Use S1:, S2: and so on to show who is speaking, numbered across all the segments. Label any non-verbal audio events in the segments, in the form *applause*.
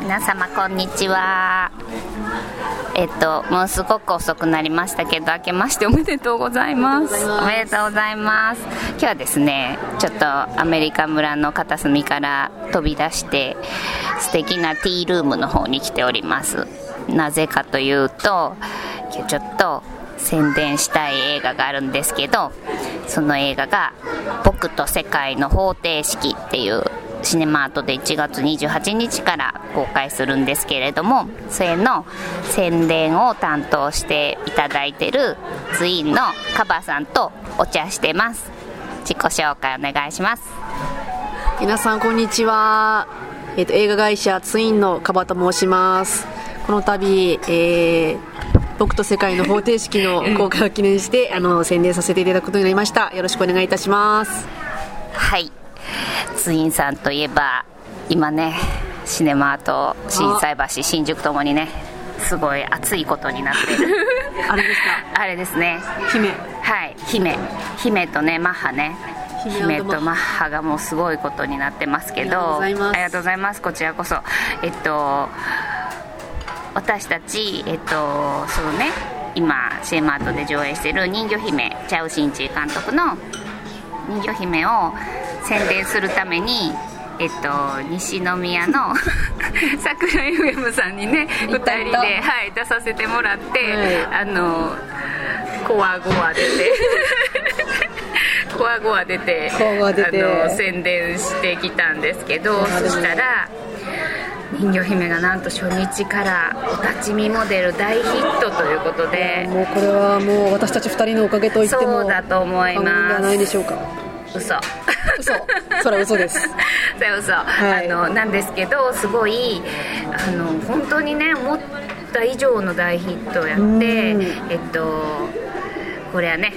S1: 皆様こんにちはえっともうすごく遅くなりましたけど明けましておめでとうございますおめでとうございます今日はですねちょっとアメリカ村の片隅から飛び出して素敵なティールームの方に来ておりますなぜかというと今日ちょっと宣伝したい映画があるんですけどその映画が「僕と世界の方程式」っていうシネマートで1月28日から公開するんですけれどもそれの宣伝を担当していただいてるツインのカバさんとお茶してます自己紹介お願いします
S2: 皆さんこんにちは、えっと映画会社ツインのカバと申しますこの度、えー僕と世界の方程式の公開を記念して、あの宣伝させていただくことになりましたよろしくお願いいたします
S1: はいツインさんといえば今ねシネマート心斎橋新宿ともにねすごい熱いことになっている
S2: あれです
S1: あれですね
S2: か姫
S1: はい姫姫とねマッハね
S2: 姫
S1: 姫
S2: とマッハ
S1: とマッハがもうすごいことになってますけど
S2: ありがとうございます
S1: ありがとうございますこちらこそえっと私たちえっとそのね今シェーマートで上映してる人魚姫チャウ・シンチー監督の人魚姫を宣伝するためにえっと、西宮
S2: *laughs*
S1: の桜 FM さんにね2人
S2: たい
S1: で、
S2: た
S1: はい、出させてもらって、
S2: はい
S1: あのこわごわ出
S2: *laughs*
S1: てこわごわ出て
S2: こわごわ出て
S1: あの宣伝してきたんですけど
S2: あでも
S1: そしたら人魚姫がなんと初日からお立ち見モデル大ヒットということで
S2: もうこれはもう私たち二人のおかげと言っても
S1: そうだと思います
S2: 過言ではないでしょうか
S1: 嘘
S2: 嘘それは
S1: *laughs*
S2: 嘘です
S1: それ嘘、
S2: はい
S1: あのなんですけどすごいあの本当にね思った以上の大ヒットをや
S2: うん
S1: ってえっとこれはね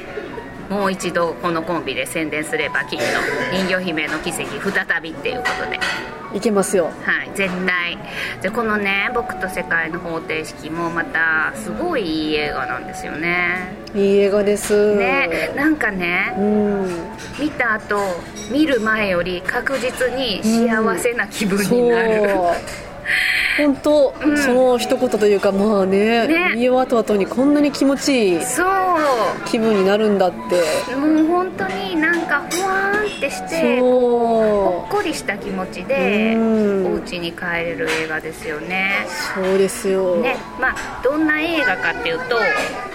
S1: もう一度このコンビで宣伝すればきっと人魚姫の奇跡再びっていうことで
S2: いけますよ
S1: はい絶対でこのね「僕と世界の方程式」もまたすごいいい映画なんですよね
S2: いい映画です
S1: ねなんかね
S2: うん
S1: 見た後見る前より確実に幸せな気分になる、
S2: 本当、その一言というかまあね
S1: ね
S2: 見終わった後にこんなに気持ちいい
S1: そう
S2: 気分になるんだって
S1: もう本当になんかほわーんってしてほ
S2: そ
S1: っこりした気持ちで
S2: うん
S1: お家に帰れる映画ですよね
S2: うそうですよ、
S1: ねまあどんな映画かっていうと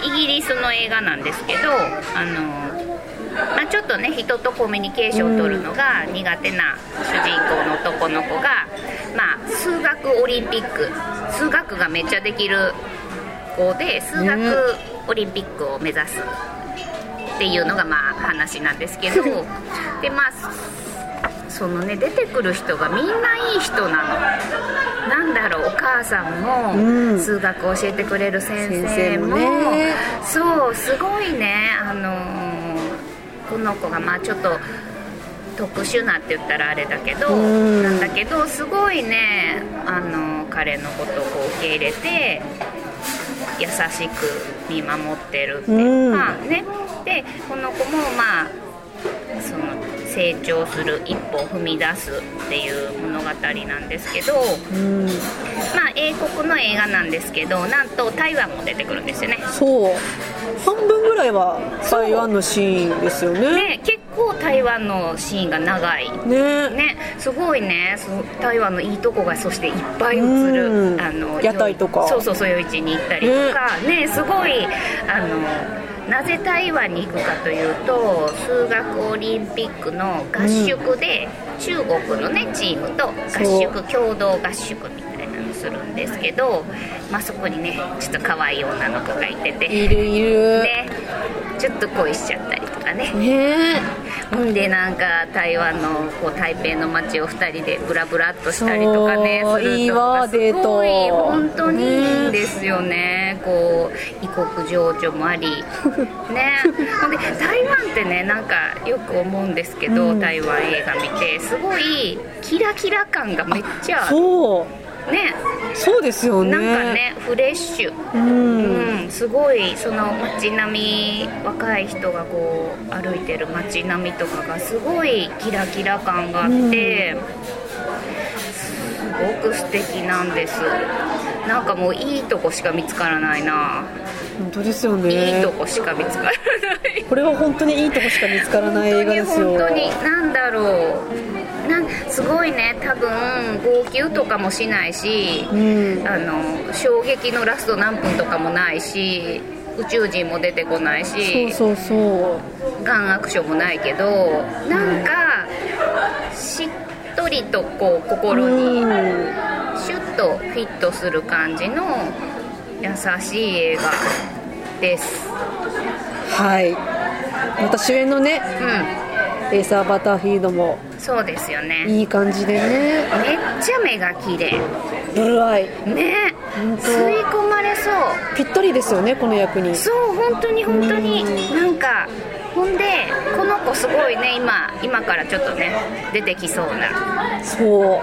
S1: イギリスの映画なんですけどあのまあ、ちょっとね人とコミュニケーションを取るのが苦手な主人公の男の子が、まあ、数学オリンピック数学がめっちゃできる子で数
S2: ね
S1: 学オリンピックを目指すっていうのがまあ話なんですけど
S2: *laughs*
S1: でまあそのね出てくる人がみんないい人なのなんだろうお母さん
S2: う
S1: も
S2: ん
S1: 数学教えてくれる先生も
S2: 先生もね
S1: そうすごいねあのーこの子がまあちょっと特殊なって言ったらあれだけど
S2: うん
S1: なんだけどすごいねあのー彼のことをこう受け入れて優しく見守ってるっていうか、ねでこの子もまあその成長する一歩を踏み出すっていう物語なんですけど、
S2: うん、
S1: まあ、英国の映画なんですけどなんと台湾も出てくるんですよね。
S2: そう半分ぐらいは台湾のシーンですよね
S1: ね結構台湾のシーンが長い
S2: ね
S1: ね、すごいねその台湾のいいとこがそしていっぱい映る
S2: うん
S1: あの
S2: 屋台とか
S1: そうそうそう夜市に行ったりとかねすごいあのなぜ台湾に行くかというと数学オリンピックの合宿で、中国のねチームと合宿共同合宿みたいなのするんですけど、まあ、そこにねちょっと可愛い女の子がいてて、
S2: いるいる
S1: ね、ちょっと恋しちゃったりとかね
S2: ね
S1: でなんか台湾のこう台北の街を2人でブラブラっとしたりとかね
S2: そう
S1: するとか
S2: いいわデート
S1: すごい本当にいいんですよねこう異国情緒もありね
S2: *laughs*
S1: ほんで台湾ってねなんかよく思うんですけど、
S2: うん
S1: 台湾映画見てすごいキラキラ感がめっちゃある
S2: そう
S1: ね
S2: そうですよね
S1: なんかねフレッシュ
S2: うん、
S1: うん、すごいその街並み若い人がこう歩いてる街並みとかがすごいキラキラ感があって、すごく素敵なんですなんかもういいとこしか見つからないな、
S2: 本当ですよね
S1: いいとこしか見つからない
S2: これは本当にいいとこしか見つからない映画ですよ
S1: 本当に何だろうなんすごいね多分号泣とかもしないし、
S2: うん
S1: あの衝撃のラスト何分とかもないし宇宙人も出てこないし
S2: そうそうそう
S1: ガンアクションもないけどなんかしっとりとこう心に
S2: うん
S1: シュッとフィットする感じの優しい映画です
S2: はいまた主演のね
S1: う
S2: エイサー・バターフィールドも
S1: んそうですよね
S2: いい感じでね
S1: めっちゃ目が綺麗
S2: ブルーアイ
S1: ね
S2: 本当
S1: 吸い込まれそう
S2: ぴったりですよねこの役に
S1: そう本当に本当に
S2: う
S1: なんかほんでこの子すごいね今今からちょっとね出てきそうな
S2: そ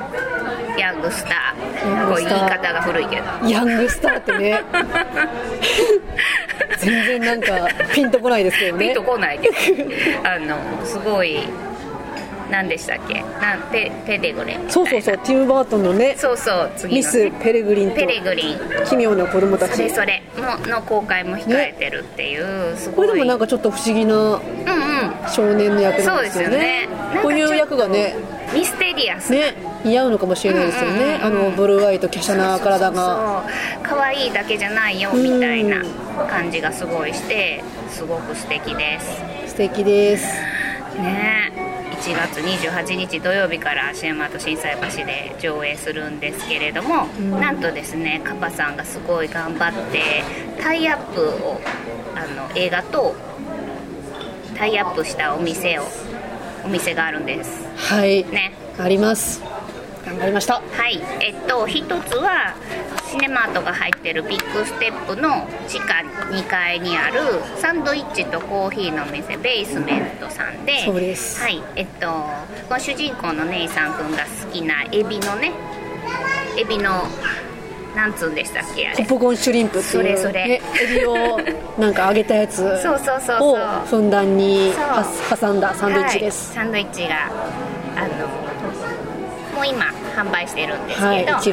S1: ヤングスター
S2: ヤン
S1: こ
S2: グ
S1: う言
S2: スター
S1: い方が古いけど
S2: うヤングスターってね *laughs* 全然なんかピンとこないですけど
S1: ピン
S2: ね
S1: とこないけど *laughs* あのすごい何でしたっけなんペペデグレみたいな
S2: そうそうそうティム・バートンのね
S1: そうそう次の、ね、
S2: ミス・ペレグリンと
S1: ペレグリン
S2: 奇妙な子供た
S1: そ
S2: ち
S1: れそれもの公開も控えてるっていう、す
S2: こ
S1: ごい
S2: れでもなんかちょっと不思議な
S1: うんうん
S2: 少年の役なんですよね
S1: そうですよねなんかちょっと
S2: こういう役がね
S1: ミステリアス
S2: ね似合うのかもしれないですよね、
S1: うんうんうん
S2: あのブルーアイと華奢な体が
S1: そう可愛いだけじゃないよみたいな
S2: うん
S1: 感じがすごいしてすごく素敵です
S2: 素敵です
S1: ね1月28日土曜日からシネマと心斎橋で上映するんですけれども、
S2: ん
S1: なんとですねカパさんがすごい頑張ってタイアップをあの映画とタイアップしたお店をお店があるんです
S2: はい
S1: ね
S2: あります頑張りました
S1: はい、えっと一つはシネマートが入ってるビッグステップの地下2階にあるサンドイッチとコーヒーのお店ベースメントさんで
S2: そうです
S1: はいえっとこの主人公のネイさんくんが好きなエビのねエビのなんつうんでしたっけあ
S2: ポッ
S1: れ
S2: プコーンシュリンプっていう
S1: それそれ
S2: ねエビをなんか揚げたやつ
S1: そうそうそうそう
S2: をふんだんに
S1: そう
S2: は挟んだサンドイッチです、
S1: はい、サンドイッチがあのもう今販売してるんですけど、
S2: はい1月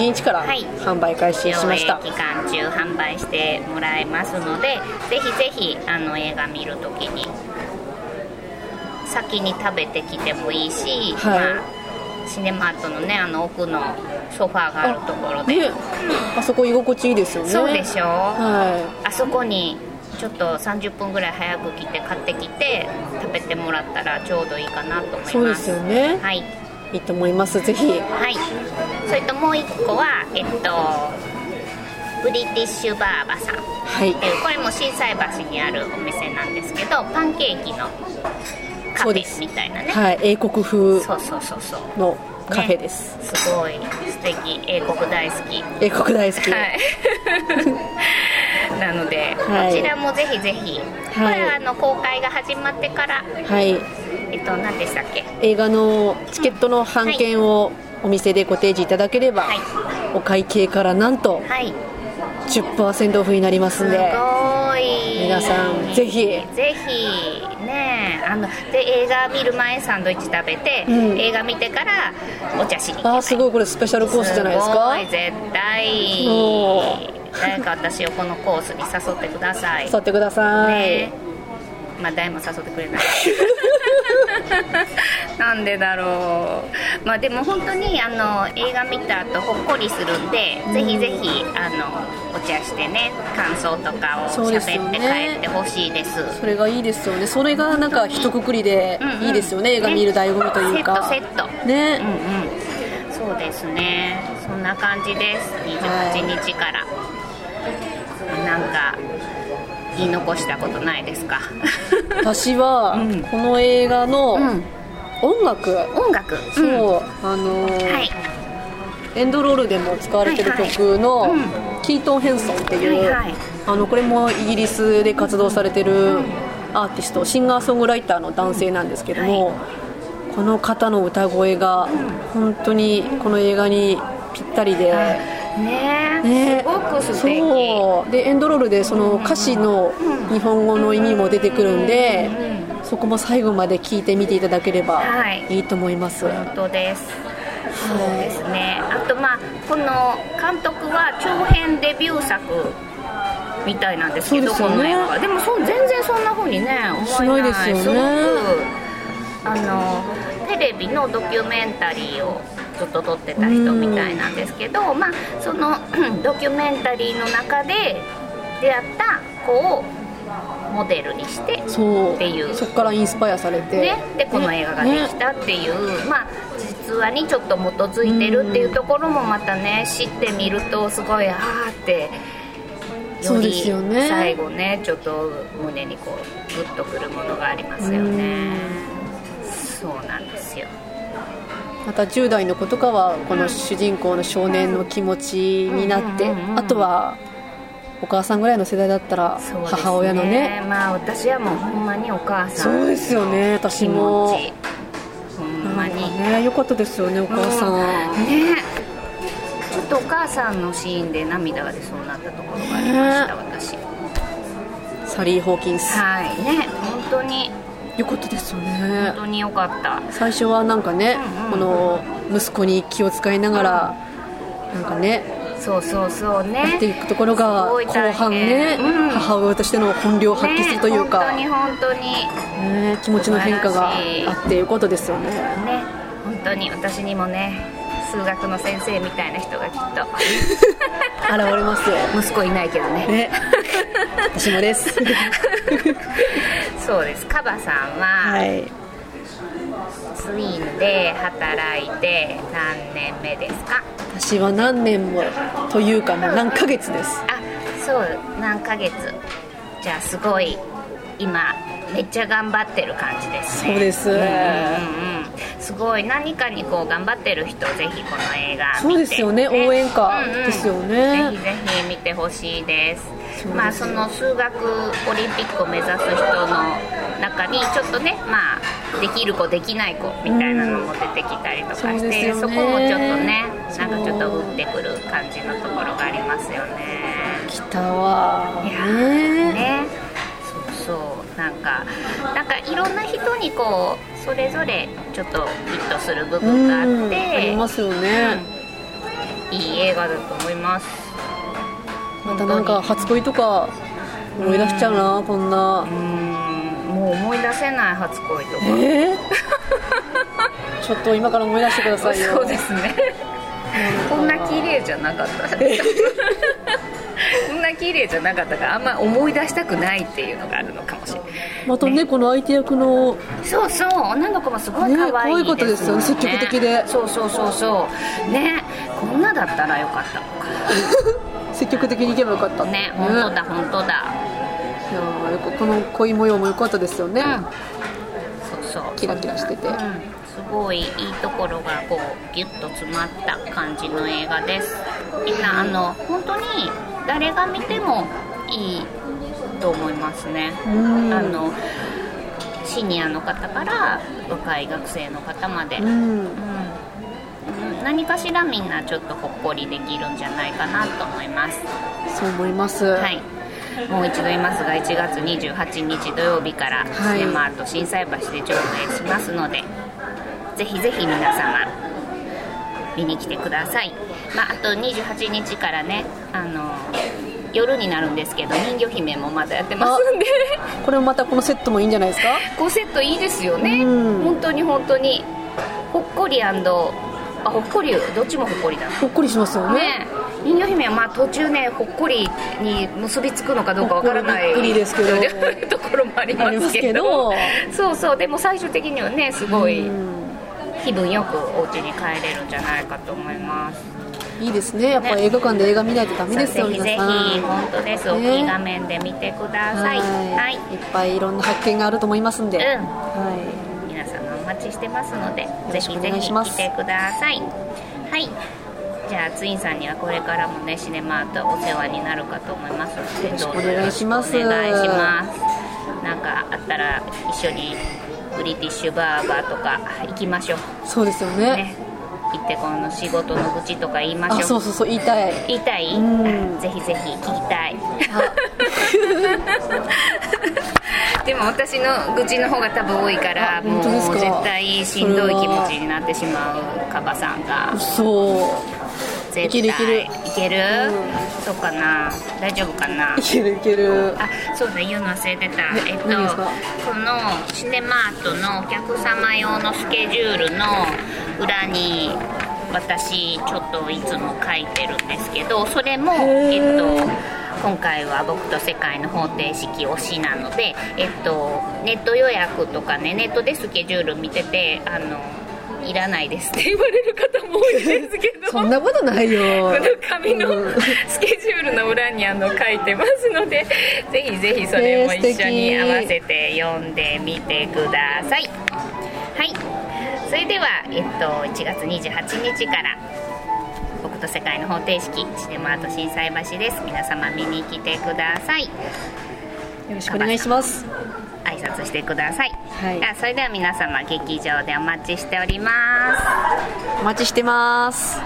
S2: 21日から
S1: はい
S2: 販売開始しました、
S1: 上映期間中販売してもらえますのでぜひぜひあの映画見るときに先に食べてきてもいいし、
S2: はい
S1: まあ、シネマートのねあの奥のソファーがあるところで、
S2: ねあそこ居心地いいですよね
S1: そうでしょ、
S2: は
S1: あそこにちょっと30分ぐらい早く来て買ってきて食べてもらったらちょうどいいかなと思いま
S2: い
S1: す
S2: そうですよね、
S1: はい
S2: いいと思いますぜひ
S1: はい、それともう一個は、えっと、ブリティッシュバーバさん
S2: はい
S1: っていうこれも心斎橋にあるお店なんですけどパンケーキのカフ
S2: そうです
S1: ェみたいなね
S2: はい英国風
S1: そうそうそうそう
S2: のカフェです、
S1: ねすごい素敵英国大好き
S2: 英国大好き、
S1: はい *laughs* なので、
S2: はい
S1: こちらもぜひぜひ、これはあの公開が始まってから
S2: はい、
S1: えっと何でしたっけ
S2: 映画のチケットの半券をお店でご提示いただければ、
S1: はい
S2: お会計からなんと
S1: はい
S2: 10%オフになりますす
S1: ご
S2: ん
S1: い
S2: で皆さんぜひ
S1: ぜひねあので映画見る前サンドイッチ食べて、
S2: うん
S1: 映画見てからお茶しに行きたい
S2: あーすごいこれスペシャルコースじゃないです
S1: すごい
S2: か
S1: 絶対
S2: お
S1: 誰か私をこのコースに誘ってください
S2: 座ってください、
S1: ねまあ誰も誘ってくれない *laughs* なんでだろうまあでも本当にあの映画見た後ほっこりするんで、ぜひぜひあのお茶してね感想とかを
S2: そう
S1: 喋
S2: で
S1: っ
S2: すよね
S1: て帰ってほしいです
S2: それがいいですよねそれがなんか一括りで
S1: うんうん
S2: いいですよね、映画見る醍醐味というか
S1: セットセット
S2: ね、
S1: うんうんそうですねそんな感じです28日から、なんか言い残したことないですか
S2: 私は
S1: うん
S2: この映画の
S1: うん
S2: 音楽、
S1: 音楽
S2: そう、
S1: ん
S2: あのー
S1: はい
S2: エンドロールでも使われてる曲
S1: はい
S2: の
S1: はい
S2: キートン・ヘンソンっていう、
S1: はいはい
S2: あのこれもイギリスで活動されてるアーティストシンガーソングライターの男性なんですけども、
S1: は
S2: この方の歌声が本当にこの映画にぴったりで。
S1: ねえ、
S2: ね
S1: すごく素敵
S2: そうでエンドロールでその歌詞の日本語の意味も出てくるんで、そこも最後まで聞いてみていただければ
S1: はい
S2: いいと思います、
S1: 本当ですそうですねあとまあこの監督は長編デビュー作みたいなんですけど
S2: そうで
S1: こ
S2: すよね
S1: の映画がでもそう全然そんな風にね思えない
S2: しないですよね
S1: すごくあのテレビのドキュメンタリーをずっと撮ってた人みたいなんですけど、まあ、その *clears throat* ドキュメンタリーの中で出会った子をモデルにして
S2: そう
S1: っていう
S2: そこからインスパイアされて、
S1: ね、でこの映画がで
S2: ね
S1: きたっていう、まあ実話にちょっと基づいてるっていうところもまたね知ってみるとすごいああって
S2: そうですよね
S1: 最後ねちょっと胸にこうグッとくるものがありますよねそうなんですよ
S2: また10代の子とかはこの主人公の少年の気持ちになっ
S1: う
S2: て、
S1: んうんうんうん
S2: あとはお母さんぐらいの世代だったら
S1: そうですね
S2: 母親のね
S1: まあ私はもうほんまにお母さ
S2: そうんですよね
S1: 気
S2: 私も
S1: 持ちほんまに
S2: なんかね良かったですよねお母さん、
S1: うんねちょっとお母さんのシーンで涙が出そうになったところがありました、私
S2: サリー・ホーキンス
S1: はいね本当に
S2: 良かったですよね
S1: 本当に良かった
S2: 最初はなんかね、
S1: うん
S2: この息子に気を使いながら、なんかね
S1: そうそうそう
S2: や
S1: ね
S2: っていくところが
S1: すごい
S2: 後
S1: 大変
S2: 半ね、
S1: うん
S2: 母親としての本領を発揮するというか、
S1: ね本当に本当に
S2: ね気持ちの変化があって良かったですよね
S1: ね本当に私にもね数学の先生みたいな人がきっ *laughs*
S2: 現れますよ
S1: と息子いないけどね
S2: ね *laughs* 私もです
S1: そうですカバさん
S2: は
S1: はいツインで働いて何年目ですか
S2: 私は何年もというかもう何ヶ月です
S1: あそう何ヶ月じゃあすごい今めっちゃ頑張ってる感じですね
S2: そうです
S1: んうんうんすごい何かにこう頑張ってる人ぜひこの映画見て
S2: そうですよね応援歌ですよね
S1: ぜひぜひ見てほしいです
S2: そうです
S1: まあその数学オリンピックを目指す人の中にちょっとねまあできる子できない子みたいなのも出てきたりとか
S2: うん
S1: し
S2: そうです
S1: て、
S2: よね
S1: そこもちょっとねなんかちょっと
S2: そう
S1: 打ってくる感じのところがありますよね
S2: 北はい
S1: や
S2: ね
S1: ーねそうそうなんかなんかいろんな人にこうそれぞれちょっとフィットする部分があ
S2: う
S1: っ
S2: んあ
S1: て、
S2: りますよね、
S1: うんいい映画だと思います
S2: またなんか
S1: 本
S2: 初恋とか思い出しちゃうな、こんな
S1: 当にうーんもう思い出せない初恋とか
S2: え
S1: *laughs*
S2: ーちょっと今から思い出してくださいよ
S1: そうですね *laughs* こんな綺麗じゃなかった *laughs* こんな綺麗じゃなかったからあんま思い出したくないっていうのがあるのかもしれない
S2: またねこの相手役の
S1: そうそう女の子もすごい可愛いです、ね、
S2: ね可愛いことですよね積極的で
S1: そうそうそうそうねこんなだったらよかったの
S2: 積極的にいけばよかった
S1: かね本当だ本当だ
S2: いやーよくこの恋模様も良かったですよね、
S1: うんそうそう
S2: キラキラしてて、
S1: うんすごいいいところがこうギュッと詰まった感じの映画ですみんなあの本当に誰が見てもいいと思いますね
S2: うん
S1: あのシニアの方から若い学生の方まで、
S2: うん
S1: うん何かしらみんなちょっとほっこりできるんじゃないかなと思います
S2: そう思います、
S1: はいもう一度言いますが1月28日土曜日からシ
S2: はい
S1: ネマアート心斎橋で上映しますので、ぜひぜひ皆様見に来てください、まあ、あと28日からねあの夜になるんですけど人魚姫もまだやってますんで
S2: これもまたこのセットもいいんじゃないですか
S1: コセットいいですよね、
S2: うん
S1: 本当に本当にほっこりあほっこりどっちもほっこりだな
S2: ほっこりしますよね
S1: ね人魚姫はまあ途中ねほっこりに結びつくのかどうかわからない
S2: ほっこりびっくりですけど
S1: *laughs* ところもありますけど
S2: あり
S1: そうそうでも最終的にはねすごい
S2: うん
S1: 気分よくお家に帰れるんじゃないかと思います
S2: いいですねやっぱ映画館で映画見ないとダメです
S1: ぜ
S2: よ
S1: ひ
S2: 皆
S1: ぜ
S2: さん
S1: ひ本当です
S2: ね
S1: 大きい画面で見てくださいはい、
S2: いいっぱいいろんな発見があると思いますんで、
S1: うん
S2: は
S1: 皆様お待ちしてますのでぜ
S2: ろしく
S1: ひ
S2: お
S1: ぜ
S2: 願い
S1: ひ
S2: しま
S1: 来
S2: す
S1: てくださいはいじゃあツインさんにはこれからもねシネマートお世話になるかと思いますので
S2: よろしく
S1: どうぞ
S2: お願いします
S1: よろくお願いしますなんかあったら一緒にブリティッシュバーガーとか行きましょ
S2: いそうですよ
S1: う
S2: ね
S1: ね行ってこの仕事の愚痴とか言いま
S2: あ
S1: しょ
S2: そううそうそう言
S1: *laughs*
S2: いたい
S1: 言いたい
S2: うん
S1: ぜひぜひ聞きたい
S2: あ
S1: でも私の愚痴の方が多分多いから
S2: あ
S1: も
S2: 本
S1: う
S2: 当ですか
S1: 絶対しんどい気持ちになってしまうカバさんが
S2: そう
S1: 絶対
S2: いけるいける
S1: いけるそうかな大丈夫かない
S2: けるいける
S1: あそうだ言うの忘れてた
S2: え
S1: えっと
S2: 何ですか
S1: このシネマートのお客様用のスケジュールの裏に私ちょっといつも書いてるんですけどそれも
S2: ー
S1: えっと今回は僕と世界の方程式推しなので、えっと、ネット予約とかねネットでスケジュール見ててあのいらないですって言われる方も多いですけど
S2: そんなことないよ
S1: この紙の
S2: うん
S1: スケジュールの裏にあの書いてますのでぜひぜひそれも一緒に
S2: ねえ素敵
S1: 合わせて読んでみてくださいはいそれでは、えっと、1月28日から僕と世界の方程式シネマアート心斎橋です皆様見に来てください
S2: よろしくお願いします
S1: 挨拶してください、
S2: はい
S1: あそれでは皆様劇場でお待ちしております
S2: お待ちしてます